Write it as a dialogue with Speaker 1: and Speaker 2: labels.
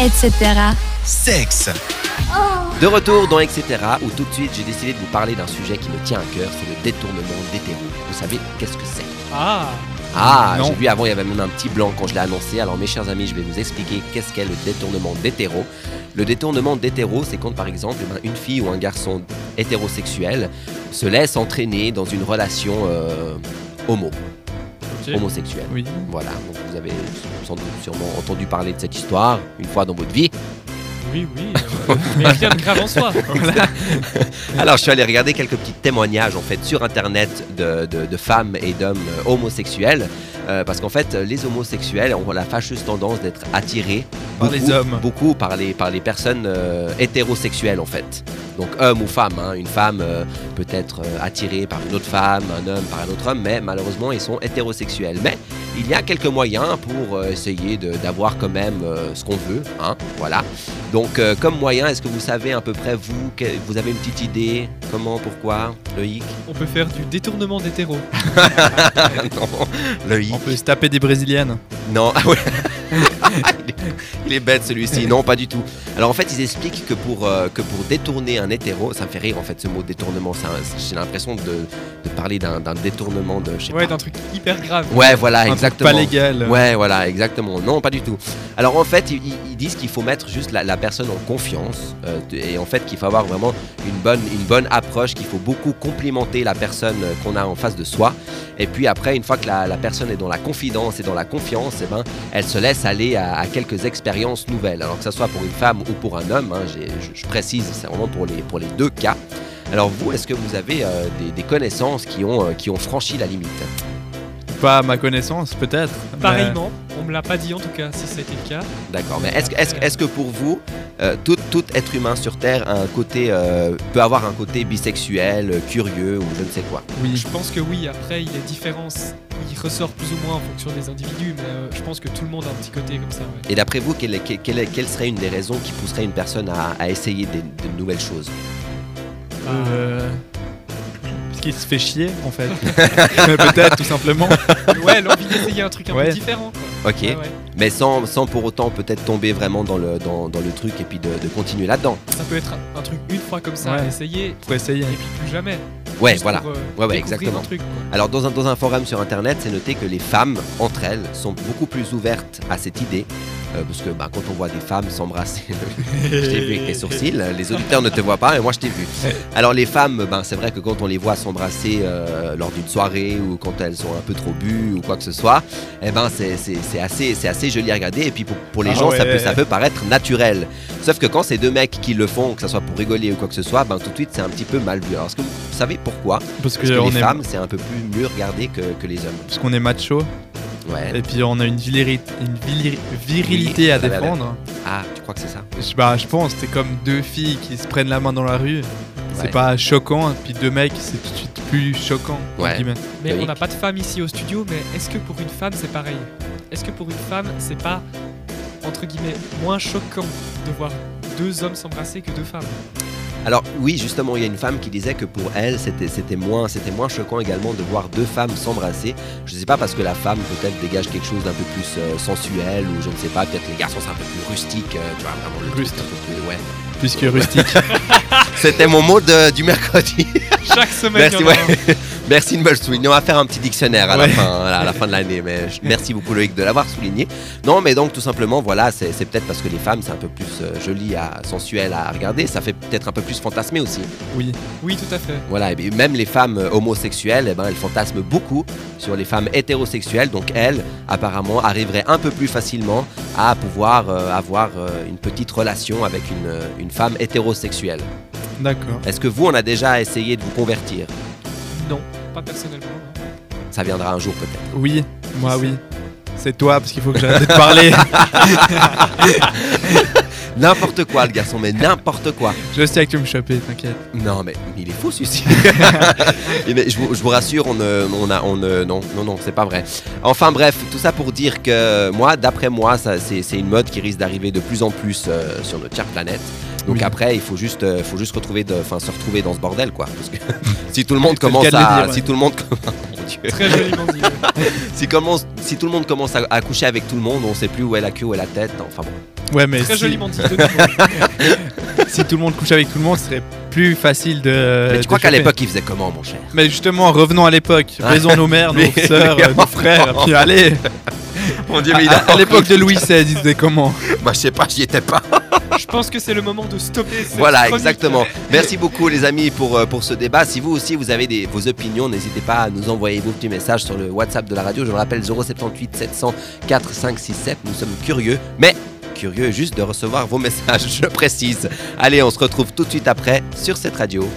Speaker 1: etc.
Speaker 2: Sexe.
Speaker 3: De retour dans Etc. où tout de suite j'ai décidé de vous parler d'un sujet qui me tient à cœur, c'est le détournement d'hétéro. Vous savez qu'est-ce que c'est
Speaker 4: Ah
Speaker 3: Ah,
Speaker 2: Non.
Speaker 3: j'ai vu avant, il y avait même un petit blanc quand je l'ai annoncé. Alors, mes chers amis, je vais vous expliquer qu'est-ce qu'est le détournement d'hétéro. Le détournement d'hétéro, c'est quand, par exemple, eh ben, une fille ou un garçon hétérosexuel se laisse entraîner dans une relation euh, homo,
Speaker 4: ok.
Speaker 3: homosexuelle.
Speaker 4: Oui.
Speaker 3: Voilà, donc vous avez sans doute sûrement entendu parler de cette histoire une fois dans votre vie.
Speaker 4: Oui, oui. euh, mais rien de grave en soi.
Speaker 3: Alors, je suis allé regarder quelques petits témoignages en fait sur internet de, de- de femmes et d'hommes euh, homosexuels. euh, parce qu'en fait, les homosexuels ont la fâcheuse tendance d'être attirés
Speaker 2: Par les hommes.
Speaker 3: beaucoup par les, par les personnes euh, hétérosexuelles en fait. Donc homme ou femme, hein. une femme euh, peut être euh, attirée par une autre femme, un homme par un autre homme, mais malheureusement ils sont hétérosexuels. Mais il y a quelques moyens pour euh, essayer de- d'avoir quand même euh, ce qu'on veut, hein, voilà. Donc euh, comme moyen, est-ce que vous savez à peu près vous, que- vous avez une petite idée, comment, pourquoi, le hic
Speaker 4: On peut faire du détournement d'hétéro.
Speaker 3: Ah Non, le hic.
Speaker 2: On peut se taper des brésiliennes.
Speaker 3: Non, ah ouais. Il est- il est bête celui-ci. Non, pas du tout. Alors en fait, ils expliquent que pour, euh, que pour détourner un hétéro, ça me fait rire en fait ce mot détournement. Ça- J'ai l'impression de, de parler d'un d'un détournement de. je sais
Speaker 4: Ouais,
Speaker 3: pas.
Speaker 4: d'un truc hyper grave.
Speaker 3: Ouais, voilà,
Speaker 2: Un truc
Speaker 3: exactement.
Speaker 2: Pas légal.
Speaker 3: Ouais, voilà, exactement. Non, pas du tout. Alors en fait, ils, ils disent qu'il faut mettre juste la, la personne en confiance euh, et en fait qu'il faut avoir vraiment une bonne, une bonne approche, qu'il faut beaucoup complimenter la personne euh, qu'on a en face de soi. Et puis après, une fois que la, la personne est dans la confidence et dans la confiance, eh ben, elle se laisse aller à, à quelques expériences nouvelles. Alors que ce soit pour une femme ou pour un homme, hein, j'ai- je, je précise, c'est vraiment pour les, pour les deux cas. Alors vous, est-ce que vous avez euh, des, des connaissances qui ont, euh, qui ont franchi la limite
Speaker 2: Pas à ma connaissance, peut-être. mais-
Speaker 4: Pareillement, on me l'a pas dit en tout cas si ça a été le cas.
Speaker 3: D'accord, mais est-ce que, est-ce que- est-ce que pour vous, euh, tout, tout être humain sur Terre a un côté, euh, peut avoir un côté bisexuel, euh, curieux ou je ne sais quoi
Speaker 2: Oui.
Speaker 4: Je pense que oui, après il y a différences. Il ressort plus ou moins en fonction des individus, mais euh, je pense que tout le monde a un petit côté comme ça. ouais.
Speaker 3: Et d'après vous, quelle, quelle- quelle- quelle serait une des raisons qui pousserait une personne à, à essayer des- de nouvelles choses
Speaker 2: Euh, Parce qu'il se fait chier, en fait. Mais peut-être, tout simplement.
Speaker 4: Ah. ouais, l'envie d'essayer un truc un
Speaker 2: Ouais.
Speaker 4: peu différent.
Speaker 3: euh.
Speaker 4: Quoi.
Speaker 3: Ok,
Speaker 4: Ah Ouais, ouais.
Speaker 3: mais sans, sans pour autant peut-être tomber vraiment dans le, dans, dans le truc et puis de, de continuer là-dedans.
Speaker 4: Ça peut être un truc une fois comme ça à
Speaker 2: Ouais.
Speaker 4: essayer,
Speaker 2: Faut essayer.
Speaker 4: et puis plus jamais.
Speaker 3: Ouais,
Speaker 4: Juste
Speaker 3: voilà.
Speaker 4: pour, euh,
Speaker 3: Ouais, ouais,
Speaker 4: découvrir
Speaker 3: exactement.
Speaker 4: un truc, quoi.
Speaker 3: Alors dans un, dans un forum sur internet, c'est noté que les femmes, entre elles, sont beaucoup plus ouvertes à cette idée. euh, parce que bah, quand on voit des femmes s'embrasser, je t'ai vu avec tes sourcils, les auditeurs ne te voient pas, mais moi je t'ai vu. Alors les femmes, ben, c'est vrai que quand on les voit s'embrasser euh, lors d'une soirée ou quand elles sont un peu trop bues ou quoi que ce soit, eh ben, c'est c'est- c'est assez, c'est assez joli à regarder et puis pour, pour les
Speaker 2: Ah
Speaker 3: gens ça,
Speaker 2: ouais.
Speaker 3: peut, ça peut paraître naturel. Sauf que quand c'est deux mecs qui le font, que ce soit pour rigoler ou quoi que ce soit, ben, tout de suite c'est un petit peu mal vu. Alors est-ce que vous savez pourquoi
Speaker 2: Parce que,
Speaker 3: parce que
Speaker 2: on
Speaker 3: les
Speaker 2: est,
Speaker 3: femmes, c'est un peu plus mieux regardé que, que les hommes.
Speaker 2: parce qu'on est macho.
Speaker 3: Ouais.
Speaker 2: Et puis on a une, vileri- une vileri- virilité
Speaker 3: Oui,
Speaker 2: à
Speaker 3: ça va
Speaker 2: défendre.
Speaker 3: Ah, tu crois que c'est ça
Speaker 2: Je, bah, je pense, c'est comme deux filles qui se prennent la main dans la rue.
Speaker 3: Ouais.
Speaker 2: C'est pas choquant. Et puis deux mecs, c'est tout de suite plus choquant. entre
Speaker 3: Ouais.
Speaker 2: guillemets.
Speaker 4: Mais
Speaker 3: Oui.
Speaker 4: on n'a pas de femme ici au studio, mais est-ce que pour une femme c'est pareil Est-ce que pour une femme c'est pas, entre guillemets, moins choquant de voir deux hommes s'embrasser que deux femmes
Speaker 3: Alors oui, justement, il y a une femme qui disait que pour elle, c'était c'était moins, c'était moins choquant également de voir deux femmes s'embrasser. Je sais pas parce que la femme peut-être dégage quelque chose d'un peu plus euh, sensuel ou je ne sais pas. Peut-être les garçons c'est un peu plus rustique, euh, tu vois vraiment le truc
Speaker 2: Rustique.
Speaker 3: un peu plus- ouais.
Speaker 2: Plus que rustique.
Speaker 3: C'était mon mot de- du mercredi.
Speaker 4: Chaque semaine,
Speaker 3: Merci,
Speaker 4: il y en a
Speaker 3: ouais. merci de me le souligner. On va faire un petit dictionnaire à, la,
Speaker 2: Ouais.
Speaker 3: fin, à la fin de l'année. Mais je- merci beaucoup Loïc de l'avoir souligné. Non, mais donc tout simplement, voilà, c'est c'est peut-être parce que les femmes, c'est un peu plus euh, joli, à, sensuel à regarder. Ça fait peut-être un peu plus fantasmer aussi.
Speaker 2: oui.
Speaker 4: un. Oui, tout à fait.
Speaker 3: Voilà, et bien, même les femmes euh, homosexuelles, eh ben, elles fantasment beaucoup sur les femmes hétérosexuelles. Donc elles, apparemment, arriveraient un peu plus facilement à pouvoir euh, avoir euh, une petite relation avec une, euh, une femme hétérosexuelle.
Speaker 2: D'accord.
Speaker 3: Est-ce que vous, on a déjà essayé de vous convertir
Speaker 4: Non, pas personnellement. non.
Speaker 3: Ça viendra un jour peut-être.
Speaker 2: Oui. Moi,
Speaker 4: Qui
Speaker 2: oui. C'est toi, parce qu'il faut que j'arrête de te parler.
Speaker 3: N'importe quoi, le garçon, mais n'importe quoi.
Speaker 2: je sais que tu veux me choper, t'inquiète.
Speaker 3: Non, mais il est fou celui-ci. Et mais je, vous, je vous rassure, on, ne- on a, on, ne- non, non, non, c'est pas vrai. Enfin bref, tout ça pour dire que moi, d'après moi, ça, c'est, c'est une mode qui risque d'arriver de plus en plus euh, sur notre chère planète. Donc
Speaker 2: Oui.
Speaker 3: après, il faut juste, euh, faut juste retrouver, de- enfin, se retrouver dans ce bordel, quoi. Parce que si tout le monde
Speaker 2: C'est le
Speaker 3: commence
Speaker 2: cas de le
Speaker 3: à,
Speaker 2: dire, ouais.
Speaker 3: si tout le monde, on que
Speaker 4: Très joliment dit. ouais.
Speaker 3: si, commence- si tout le monde commence à, à coucher avec tout le monde, on sait plus où est la queue, où est la tête. Enfin bon.
Speaker 2: Ouais, mais
Speaker 4: Très
Speaker 2: si,
Speaker 4: joliment dit. de nouveau.
Speaker 2: si tout le monde couchait avec tout le monde, ce serait plus facile de.
Speaker 3: Mais tu crois
Speaker 2: Euh, de
Speaker 3: qu'à
Speaker 2: choper.
Speaker 3: l'époque, ils faisaient comment, mon cher
Speaker 2: Mais justement, revenons à l'époque. Raisons nos mères, nos
Speaker 3: Mais-
Speaker 2: sœurs, euh, nos frères. Puis allez,
Speaker 3: Mon dieu,
Speaker 2: à, à- à l'époque de Louis XVI, ils disaient comment
Speaker 3: Bah, je sais pas, j'y étais pas.
Speaker 4: Je pense que c'est le moment de stopper. cette
Speaker 3: Voilà,
Speaker 4: chronique.
Speaker 3: exactement. Merci beaucoup, les amis, pour, euh, pour ce débat. Si vous aussi, vous avez des, vos opinions, n'hésitez pas à nous envoyer vos petits messages sur le WhatsApp de la radio. Je le rappelle, 078 700 4567. Nous sommes curieux, mais curieux juste de recevoir vos messages, je précise. Allez, on se retrouve tout de suite après sur cette radio.